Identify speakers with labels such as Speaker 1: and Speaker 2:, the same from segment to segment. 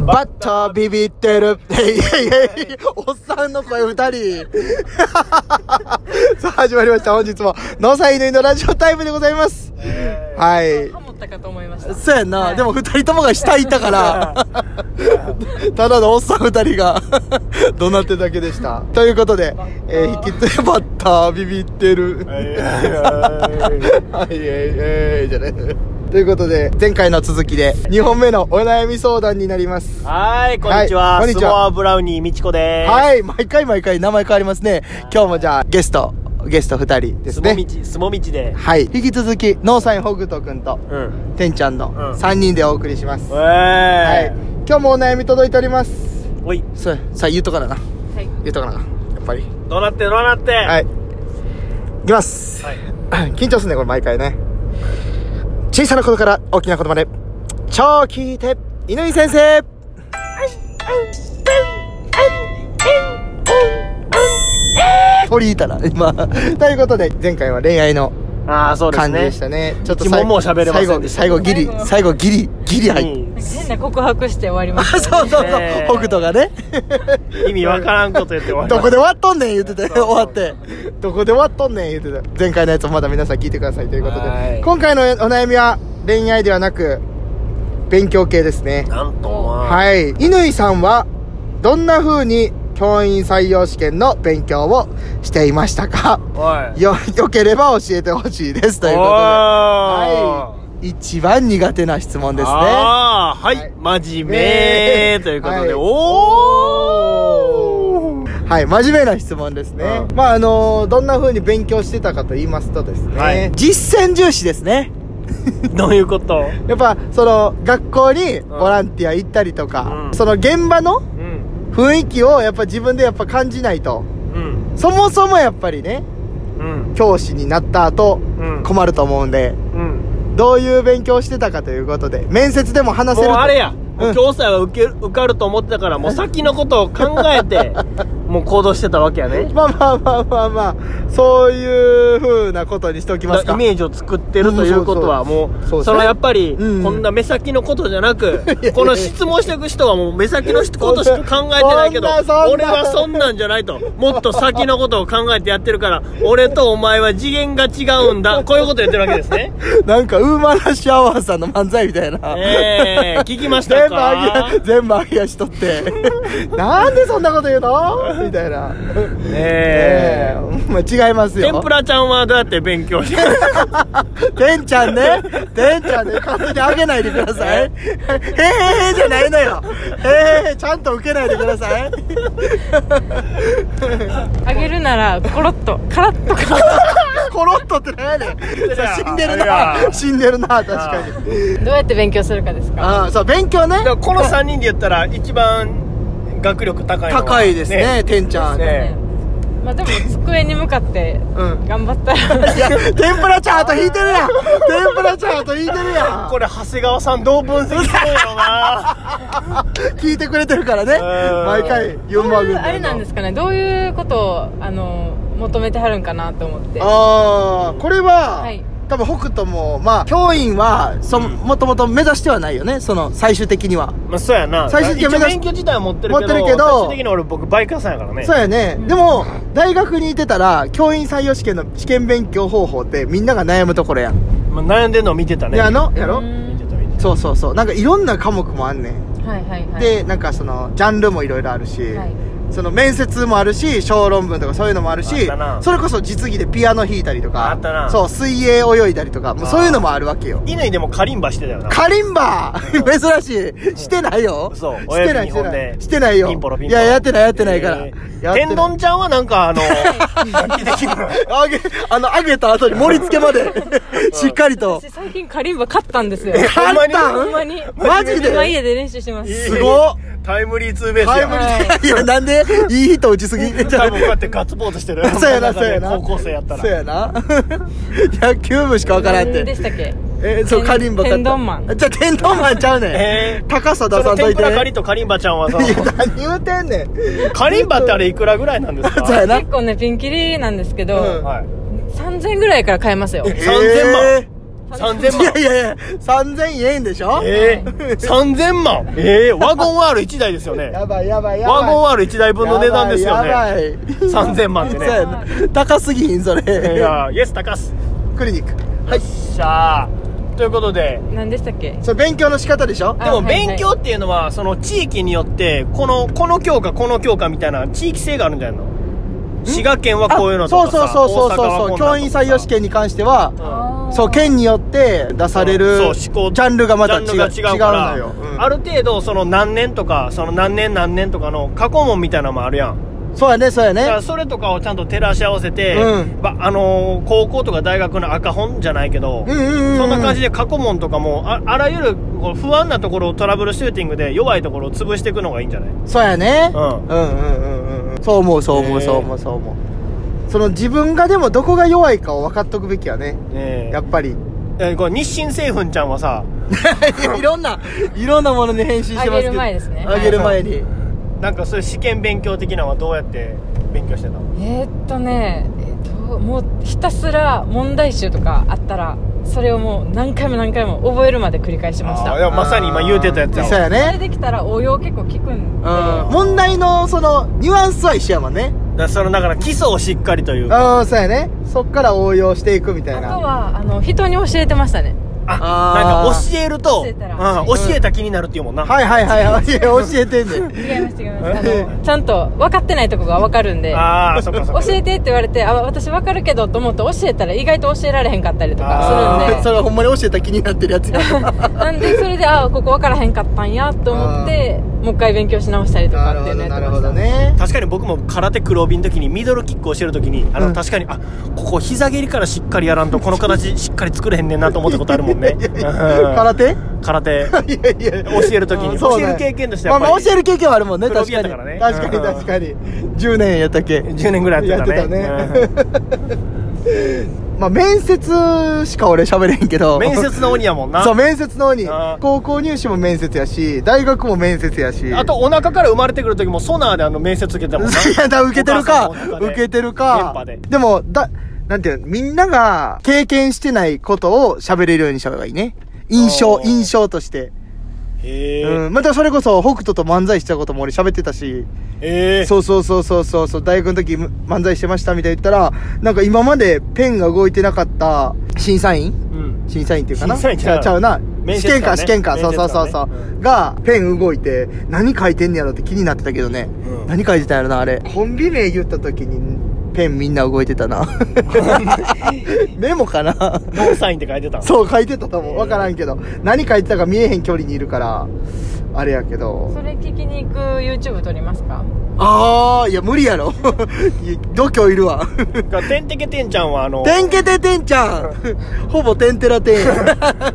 Speaker 1: バッタービビってる。へいへいへい。おっさんの声二人。さあ、始まりました。本日も、ノーサイヌイのラジオタイムでございます。はい。
Speaker 2: ハモったかと思いました。
Speaker 1: そうやんな、
Speaker 2: はい
Speaker 1: でも二人ともが下いたから、ただのおっさん二人が、怒鳴ってるだけでした。ということで、えー、引きつけバッタービビってる。はい、えー、えー、じゃね。ということで、前回の続きで、2本目のお悩み相談になります。
Speaker 3: はい、こんにち
Speaker 1: は
Speaker 3: は。
Speaker 1: いこんにちは
Speaker 3: スモアブラウニーみちこです。い。
Speaker 1: はい、毎回毎回名前変わりますね。今日もじゃあ、ゲスト、ゲスト二人です
Speaker 3: スモ
Speaker 1: ね
Speaker 3: ミ。チ、スモミチで。
Speaker 1: はい、引き続き、ノーサインホグト君と、
Speaker 3: うん。
Speaker 1: てんちゃん
Speaker 3: う
Speaker 1: の
Speaker 3: ん
Speaker 1: 3人でお送りします。
Speaker 3: え
Speaker 1: はい、今日もお悩み届いております。
Speaker 3: ー。おい、
Speaker 1: そうさあ言うとかだな
Speaker 2: はい。
Speaker 1: 言うとかなやっぱり
Speaker 3: どうなってどうなって。
Speaker 1: はいいきます、
Speaker 3: はい。
Speaker 1: 緊張すんねこれ毎回ね小さなことから大きなことまで超聞いて犬井先生鳥いたな今ということで前回は恋愛の
Speaker 3: ああ、そうです
Speaker 1: 感
Speaker 3: ね。
Speaker 1: じでしたねちょっと
Speaker 3: 一問も喋れませんでした
Speaker 1: 最後最後ギリ最後ギリギリ入っ
Speaker 3: うん
Speaker 2: 変な告白して終わりま
Speaker 1: あ
Speaker 2: した、
Speaker 1: そうそうそう
Speaker 3: ね
Speaker 1: 北斗がね
Speaker 3: 意味わからんこと言って終わりま
Speaker 1: ど
Speaker 3: した
Speaker 1: こで割っとんねん言うてて
Speaker 3: そうそう
Speaker 1: 終わってどこで割っとんねん言うてて前回のやつもまだ皆さん聞いてくださいということ
Speaker 3: は
Speaker 1: で
Speaker 3: い
Speaker 1: 今回のお悩みは恋愛ではなく勉強系ですね
Speaker 3: なんとまあ。い。
Speaker 1: はい乾さんはどんな風に教員採用試験の勉強をしていました か
Speaker 3: おい。
Speaker 1: よよければ教えてほしいですということで
Speaker 3: おー
Speaker 1: はい一番苦手な質問ですね
Speaker 3: ああ、は
Speaker 1: はい
Speaker 3: い。真面目ということ
Speaker 1: はい
Speaker 3: で、おー。
Speaker 1: はい、真面目な質問ですね。
Speaker 3: うん
Speaker 1: まあ、あのどんな風に勉強してたかと言いますとですね、
Speaker 3: はい
Speaker 1: 実践重視ですね。
Speaker 3: どういうこと
Speaker 1: やっぱ、その、学校にボランティア行ったりとか、
Speaker 3: うん
Speaker 1: その現場の
Speaker 3: うん。
Speaker 1: 雰囲気をやっぱ自分でやっぱ感じないと。
Speaker 3: うん。
Speaker 1: そもそもやっぱりね、
Speaker 3: うん。
Speaker 1: 教師になった後、
Speaker 3: うん
Speaker 1: 困ると思うんで、
Speaker 3: うん。
Speaker 1: どういう勉強してたかということで、面接でも話せ
Speaker 3: も
Speaker 1: る
Speaker 3: う
Speaker 1: と。
Speaker 3: あれや、
Speaker 1: うん
Speaker 3: 教師は受ける受かると思って たからもう先のことを考えてもう行動してたわけやね
Speaker 1: まあまあまあまあまあ、そういう風なことにしておきます
Speaker 3: だ
Speaker 1: か。
Speaker 3: イメージを作ってるということは
Speaker 1: うん
Speaker 3: もう
Speaker 1: そうですね
Speaker 3: そのやっぱり、
Speaker 1: うん
Speaker 3: こんな目先のことじゃなく
Speaker 1: いや
Speaker 3: この質問していく人はもう目先のことしか考えてないけど
Speaker 1: そんなそんな
Speaker 3: 俺はそんなんじゃないともっと先のことを考えてやってるから俺とお前は次元が違うんだこういうこと言ってるわけで すね
Speaker 1: なんか、ウーマンラッシュアワーさんの漫才みたいな。
Speaker 3: ええ聞きま し
Speaker 1: 全
Speaker 3: た
Speaker 1: 部揚
Speaker 3: か
Speaker 1: げ、全部揚げ足取 って。なんでそんなこと言うのみたいな。 ええ
Speaker 3: ええ
Speaker 1: ほんま違いますよ。
Speaker 3: 天ぷらちゃんはどうやって勉強してる
Speaker 1: てんちゃんね。てんちゃんね。勝手にあげないでください。へーへーへーじゃないのよ。へーへーちゃんと受けないでください。
Speaker 2: あげるなら、コロッと、カラッとか。
Speaker 1: コロッとってなんやねん。死んでる
Speaker 3: あれ
Speaker 1: な。
Speaker 3: や
Speaker 1: 死んでるな、確かに。
Speaker 2: どうやって勉強するかですか
Speaker 1: ああ、そう、勉強ね。
Speaker 3: だからこの3人で言ったら一番学力高いのは
Speaker 1: 高いですね、てんちゃん。
Speaker 3: ね
Speaker 2: ねまあでも、机に向かって、
Speaker 1: うん。
Speaker 2: 頑張った ら、
Speaker 1: いや、天ぷらチャート引いてるやん。天ぷらチャート引いてるやん。
Speaker 3: これ長谷川さんどう分析するんやろ うな
Speaker 1: 聞いてくれてるからね
Speaker 3: うん
Speaker 1: 毎回4
Speaker 2: どう
Speaker 1: 万
Speaker 2: い
Speaker 1: 軍
Speaker 2: うあれなんですかね、どういうことを、あの、求めてはるんかなと思って。
Speaker 1: ああこれは、
Speaker 2: はい
Speaker 1: 多分北斗もまあ教員はそ、
Speaker 3: うん
Speaker 1: もともと目指してはないよねその最終的には、
Speaker 3: まあそうやな
Speaker 1: 最終的に
Speaker 3: 一応免許自体は持ってるけど
Speaker 1: 持ってるけど
Speaker 3: 最終的に俺僕バイク屋さんやからね
Speaker 1: そうやね、
Speaker 2: うん
Speaker 1: でも大学にいてたら教員採用試験の試験勉強方法ってみんなが悩むところやん、
Speaker 3: まあ、悩んでんの見てたね
Speaker 1: やのやろ、
Speaker 2: うん
Speaker 3: 見てた見て
Speaker 1: そうそうそうなんかいろんな科目もあんねん、
Speaker 2: はいはいはい。
Speaker 1: でなんかそのジャンルもいろいろあるし、
Speaker 2: はい
Speaker 1: その面接もあるし小論文とかそういうのもあるし
Speaker 3: あったな
Speaker 1: それこそ実技でピアノ弾いたりとか
Speaker 3: あったな
Speaker 1: そう水泳泳いだりとかもう
Speaker 3: あー
Speaker 1: そういうのもあるわけよ
Speaker 3: た乾でもカリンバしてたよな
Speaker 1: カリンバー珍しいしてないよ
Speaker 3: 嘘
Speaker 1: して
Speaker 3: 親
Speaker 1: ない
Speaker 3: 指
Speaker 1: し
Speaker 3: 2
Speaker 1: て
Speaker 3: 本
Speaker 1: な
Speaker 3: で
Speaker 1: いしてないよ
Speaker 3: ピンポロピン
Speaker 1: い
Speaker 3: ポロ
Speaker 1: ややってないやってないから
Speaker 3: えー
Speaker 1: やってない
Speaker 3: 天丼ちゃんはなんか あの楽器できるの
Speaker 1: あげあの揚げた後に盛り付けまでしっかりと
Speaker 2: 私最近カリンバ買ったんですよ。
Speaker 1: 簡
Speaker 3: ほんまに
Speaker 2: ほんま
Speaker 1: 単
Speaker 2: に。
Speaker 1: マジで
Speaker 2: 今家で練習してます。
Speaker 1: すごっ
Speaker 3: タイムリーツーベースや
Speaker 2: ムリー
Speaker 1: いやなんでいい人打ちすぎ
Speaker 3: 多分こうやってガッツポーズしてる
Speaker 1: そうやなそうやな
Speaker 3: 高校生やった
Speaker 1: そう
Speaker 3: ら
Speaker 1: やな野球部しかわからんって
Speaker 2: 何でしたっけ
Speaker 1: えー、そう、
Speaker 2: 天
Speaker 1: カリンバ買った
Speaker 2: 天丼マン
Speaker 1: じゃあ、天丼マンちゃうねん。
Speaker 3: えー
Speaker 1: 高さ出
Speaker 3: そ
Speaker 1: さ
Speaker 3: の
Speaker 1: んと
Speaker 3: 天
Speaker 1: い
Speaker 3: ぷ
Speaker 1: て、
Speaker 3: らカ
Speaker 1: ね。
Speaker 3: リンとカリンバちゃんはさ
Speaker 1: いや、何言うてん ねん。
Speaker 3: カリンバってあれいくらぐらいなんです か
Speaker 1: そうやな。
Speaker 2: 結構ね、ピンキリなんですけど、
Speaker 1: うん
Speaker 3: はい
Speaker 2: 3000ぐらいから買えますよ。
Speaker 3: 3000万
Speaker 1: えー
Speaker 3: 3000
Speaker 1: いや
Speaker 3: 万
Speaker 1: いやいや、3000円でしょ
Speaker 3: ええ3000万ええワゴン R1 台ですよね
Speaker 1: やばいやばいやばい。
Speaker 3: ワゴン R1 台分の値段ですよね
Speaker 1: やばい。
Speaker 3: 3000万って
Speaker 1: そう
Speaker 3: ね
Speaker 1: やな高すぎひん、それ。
Speaker 3: いやイエス高す
Speaker 1: クリニック。
Speaker 3: よっしゃーということで
Speaker 2: 何でしたっけ
Speaker 1: それ勉強の仕方でしょ
Speaker 2: あ
Speaker 3: でも
Speaker 2: はいはい
Speaker 3: 勉強っていうのはその地域によってこのこの教科この教科みたいな地域性があるんじゃないの滋賀県はこういうのと
Speaker 1: そう
Speaker 3: か
Speaker 1: そう
Speaker 3: さ
Speaker 1: そうそう
Speaker 3: 大阪
Speaker 1: そう。
Speaker 3: はこんなのと
Speaker 1: 教
Speaker 3: か
Speaker 1: 員採用試験に関しては、
Speaker 3: うん
Speaker 1: そう、県によって出される
Speaker 3: そう
Speaker 1: ジ
Speaker 3: そう思考
Speaker 1: ャンルがまた違う
Speaker 3: ジャンルが違うから
Speaker 1: 違うのようん
Speaker 3: ある程度その何年とかその何年何年とかの過去問みたいなのもあるやん
Speaker 1: そうやね、そうや
Speaker 3: だか
Speaker 1: ね
Speaker 3: ら。それとかをちゃんと照らし合わせて、
Speaker 1: うん
Speaker 3: ばあのー高校とか大学の赤本じゃないけど、
Speaker 1: うんうんうん。
Speaker 3: そんな感じで過去問とかもああらゆるこう不安なところをトラブルシューティングで弱いところを潰していくのがいいんじゃない
Speaker 1: そうやね。
Speaker 3: うん
Speaker 1: うんうんうんうん。そう思う、そう思う、
Speaker 3: へー
Speaker 1: そう思う、そう思う。その自分がでもどこが弱いかを分かっとくべきやね。
Speaker 3: え
Speaker 1: やっぱり。
Speaker 3: えこれ日清製粉ちゃんはさ
Speaker 1: いろんな、いろんなものに変身してますけど。
Speaker 2: あげる前ですね
Speaker 1: あげる前に。
Speaker 3: なんかそういう試験勉強的なのはどうやって勉強してたの
Speaker 2: えーっとね、えーっともうひたすら問題集とかあったらそれをもう何回も何回も覚えるまで繰り返してまし
Speaker 3: あ
Speaker 2: た
Speaker 3: ーでもまさに今言うてたやつやわ
Speaker 1: そうや
Speaker 2: それ
Speaker 1: ね。
Speaker 2: できたら応用結構効くんで、
Speaker 1: うん。問題の、その、ニュアンスは一緒やもんね。
Speaker 3: だからそのだから基礎をしっかりというか
Speaker 1: うん、そうやね。そっから応用していくみたい
Speaker 2: あと
Speaker 1: な。
Speaker 2: はあの人に教えてましたね
Speaker 3: あ
Speaker 1: あー
Speaker 3: なんか教えると
Speaker 2: 教えたら
Speaker 3: うん、教えた気になるっていうもんな、
Speaker 1: はいはいはいはい。いや教えてんねん。
Speaker 2: 違います違いますあのちゃんと分かってないとこが分かるんで
Speaker 3: ああそっかそっ
Speaker 2: 教
Speaker 3: か
Speaker 2: えてって言われてあ私分かるけどと思って教えたら意外と教えられへんかったりと
Speaker 3: あ
Speaker 2: か
Speaker 3: ー
Speaker 2: するん
Speaker 1: そ
Speaker 2: で
Speaker 1: れはほんまに教えた気になってるやつや。
Speaker 2: なんでそれでああここ分からへんかったんやと思ってもう一回勉強し直したり と
Speaker 1: なる
Speaker 2: かって
Speaker 1: ほ
Speaker 2: いうの
Speaker 1: ど、な
Speaker 2: やっ
Speaker 1: るほ
Speaker 2: てました
Speaker 1: どね。
Speaker 3: 確かに僕も空手黒帯の時にミドルキックをしてる時にあの、
Speaker 1: うん
Speaker 3: 確かにあここ膝蹴りからしっかりやらんとこの形しっかり作れへんねんなと思ったことあるもんね
Speaker 1: 空手
Speaker 3: うん空手
Speaker 1: いやいや。
Speaker 3: 教える時に、
Speaker 1: そ
Speaker 3: 教
Speaker 1: うね
Speaker 3: える経験として
Speaker 1: ま
Speaker 3: や
Speaker 1: あ
Speaker 3: っぱ
Speaker 1: ま
Speaker 3: り、
Speaker 1: あ教える経験はあるもんね、
Speaker 3: 黒
Speaker 1: 確
Speaker 3: 木
Speaker 1: か
Speaker 3: やっ
Speaker 1: に。
Speaker 3: たからね
Speaker 1: 確かに
Speaker 3: うん
Speaker 1: 確かに。10年やったっけ
Speaker 3: 10年ぐらいやってたね
Speaker 1: やって まあ面接しか俺喋れへんけ
Speaker 3: う
Speaker 1: ど。
Speaker 3: ん 面接の鬼やもんな
Speaker 1: そう、面接の鬼
Speaker 3: あ。
Speaker 1: 高校入試も面接やし、大学も面接やし。
Speaker 3: あと、お腹から生まれてくる時もソナーであの面接受けてたもん な
Speaker 1: いやだ受けてるか
Speaker 3: お母さんのお腹で
Speaker 1: 受けてる
Speaker 3: 電
Speaker 1: か
Speaker 3: 波で
Speaker 1: もだなんていうのみんなが経験してないことを喋れるようにした方がいいね印象
Speaker 3: おー
Speaker 1: 印象として、
Speaker 3: へえ、
Speaker 1: うん、またそれこそ北斗と漫才したことも俺喋ってたし、
Speaker 3: ええ
Speaker 1: そうそうそうそうそうそう大学の時む漫才してましたみたいな言ったらなんか今までペンが動いてなかった審査員
Speaker 3: うん
Speaker 1: 審査員っていうかな
Speaker 3: 審査員
Speaker 1: ち
Speaker 3: ちゃう
Speaker 1: ゃうちゃうな、
Speaker 3: 面
Speaker 1: 試
Speaker 3: 接
Speaker 1: 験か
Speaker 3: 官ね
Speaker 1: 試験か、そうそうそうそう、
Speaker 3: 面接官ね
Speaker 1: がペン動いて何書いてんねやろって気になってたけどね、
Speaker 3: うん
Speaker 1: 何書いてたんやろなあれコンビ名言った時にペンみんな動いてた なメモかな
Speaker 3: ノーサインって書いてた
Speaker 1: そう書いてたと思う分からんけど何書いてたか見えへん距離にいるからあれやけ
Speaker 2: そ
Speaker 1: ど
Speaker 2: れ聞きに行く YouTube 撮りますか
Speaker 1: ああいや無理やろ いや度胸いる わ
Speaker 3: うてんてけてんちゃんはあの
Speaker 1: てんけててんちゃ んほぼてんてらてんや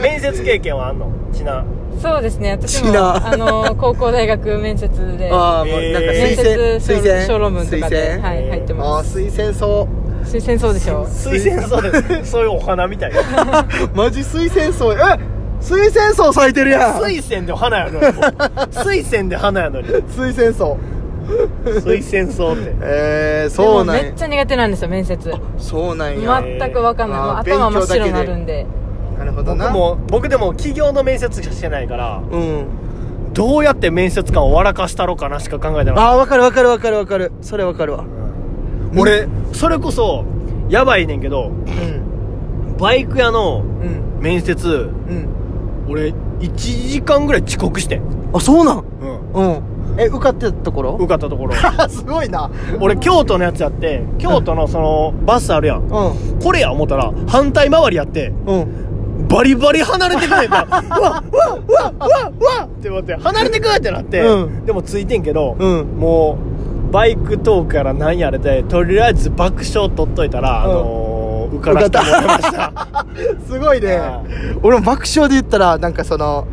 Speaker 3: 面接経験はあんのちな
Speaker 2: そうですね私
Speaker 1: し
Speaker 2: も
Speaker 1: な
Speaker 2: あの高校大学面接で
Speaker 1: ああもうなんか推
Speaker 2: 面接
Speaker 1: 薦
Speaker 2: 小
Speaker 1: 推薦
Speaker 2: 小論文とか
Speaker 1: 推
Speaker 2: で、
Speaker 1: 薦
Speaker 2: はい、入って
Speaker 1: あ
Speaker 2: ま
Speaker 1: あ
Speaker 2: す
Speaker 1: 推薦 そう
Speaker 2: 推薦そうでしょ
Speaker 3: 推薦そうでそういうお花みたいな
Speaker 1: マジ水仙草え水仙草咲いてるやん
Speaker 3: 水仙で花やのに水仙で花やのに
Speaker 1: 水仙草
Speaker 3: 水仙草って
Speaker 1: えー、
Speaker 2: で
Speaker 1: そ
Speaker 2: も
Speaker 1: うなん
Speaker 2: め
Speaker 1: や
Speaker 2: っちゃ苦手なんですよ面接
Speaker 1: そうなんや、
Speaker 3: え
Speaker 2: 全く分かんない
Speaker 1: あー
Speaker 2: もう頭真っ白になるんで
Speaker 1: なるほど
Speaker 3: 僕
Speaker 1: な
Speaker 3: も僕でも企業の面接しかしてないから
Speaker 1: うん
Speaker 3: どうやって面接官を笑かしたろかなしか考えてなかった
Speaker 1: ああ分かる分かる分かる分かるそれ分かるわ
Speaker 3: 俺それこそやばいねんけど
Speaker 1: うん
Speaker 3: バイク屋の
Speaker 1: うん
Speaker 3: 面接
Speaker 1: うん
Speaker 3: 俺1時間ぐらい遅刻してん、
Speaker 1: あそうなん
Speaker 3: うん、
Speaker 1: うんえ受かってたところ
Speaker 3: 受かったところ
Speaker 1: あすごいな
Speaker 3: 俺京都のやつやって京都のそのバスあるやん
Speaker 1: う
Speaker 3: これや思ったら反対回りやって
Speaker 1: んうん
Speaker 3: バリバリ離れてく れたうわうわうわうわうわって思って離れてくれってなって、
Speaker 1: うん
Speaker 3: でもついてんけど、
Speaker 1: うん
Speaker 3: もうバイクトークから何やれてとりあえず爆笑取っといたら、
Speaker 1: うん
Speaker 3: あのー、受からせてもらいました
Speaker 1: すごいね
Speaker 3: あ
Speaker 1: 俺も爆笑で言ったらなんかその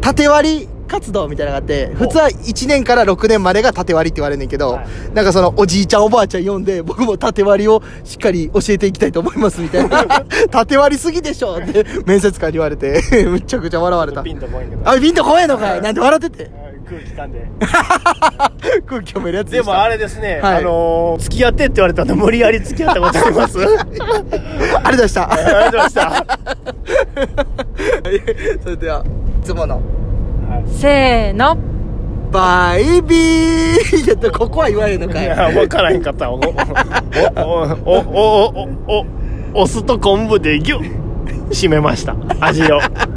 Speaker 1: 縦割り活動みたいなのがあって普通は1年から6年までが縦割りって言われんねんけど、
Speaker 3: はい
Speaker 1: なんかそのおじいちゃんおばあちゃん呼んで僕も縦割りをしっかり教えていきたいと思いますみたいな 縦割りすぎでしょって面接官に言われて むちゃくちゃ笑われた
Speaker 3: ピンとこいんけど
Speaker 1: あビンと怖いのかいなんで笑ってて
Speaker 3: 空気 感で
Speaker 1: 空気読めるやつで
Speaker 3: で
Speaker 1: した
Speaker 3: もあれですね、
Speaker 1: はい
Speaker 3: あのー、付き合ってって言われ たんで無理やり付き合ったことありますありがとう
Speaker 1: あれでした
Speaker 3: ございました
Speaker 1: それでは、いつもの、
Speaker 2: せーの
Speaker 1: バイビー ちょっとここは言わへんのか
Speaker 3: い
Speaker 1: い。
Speaker 3: や、わからへんかった。お、お、お、お、お、お、お、お酢と昆布でギュッ締めました。味を。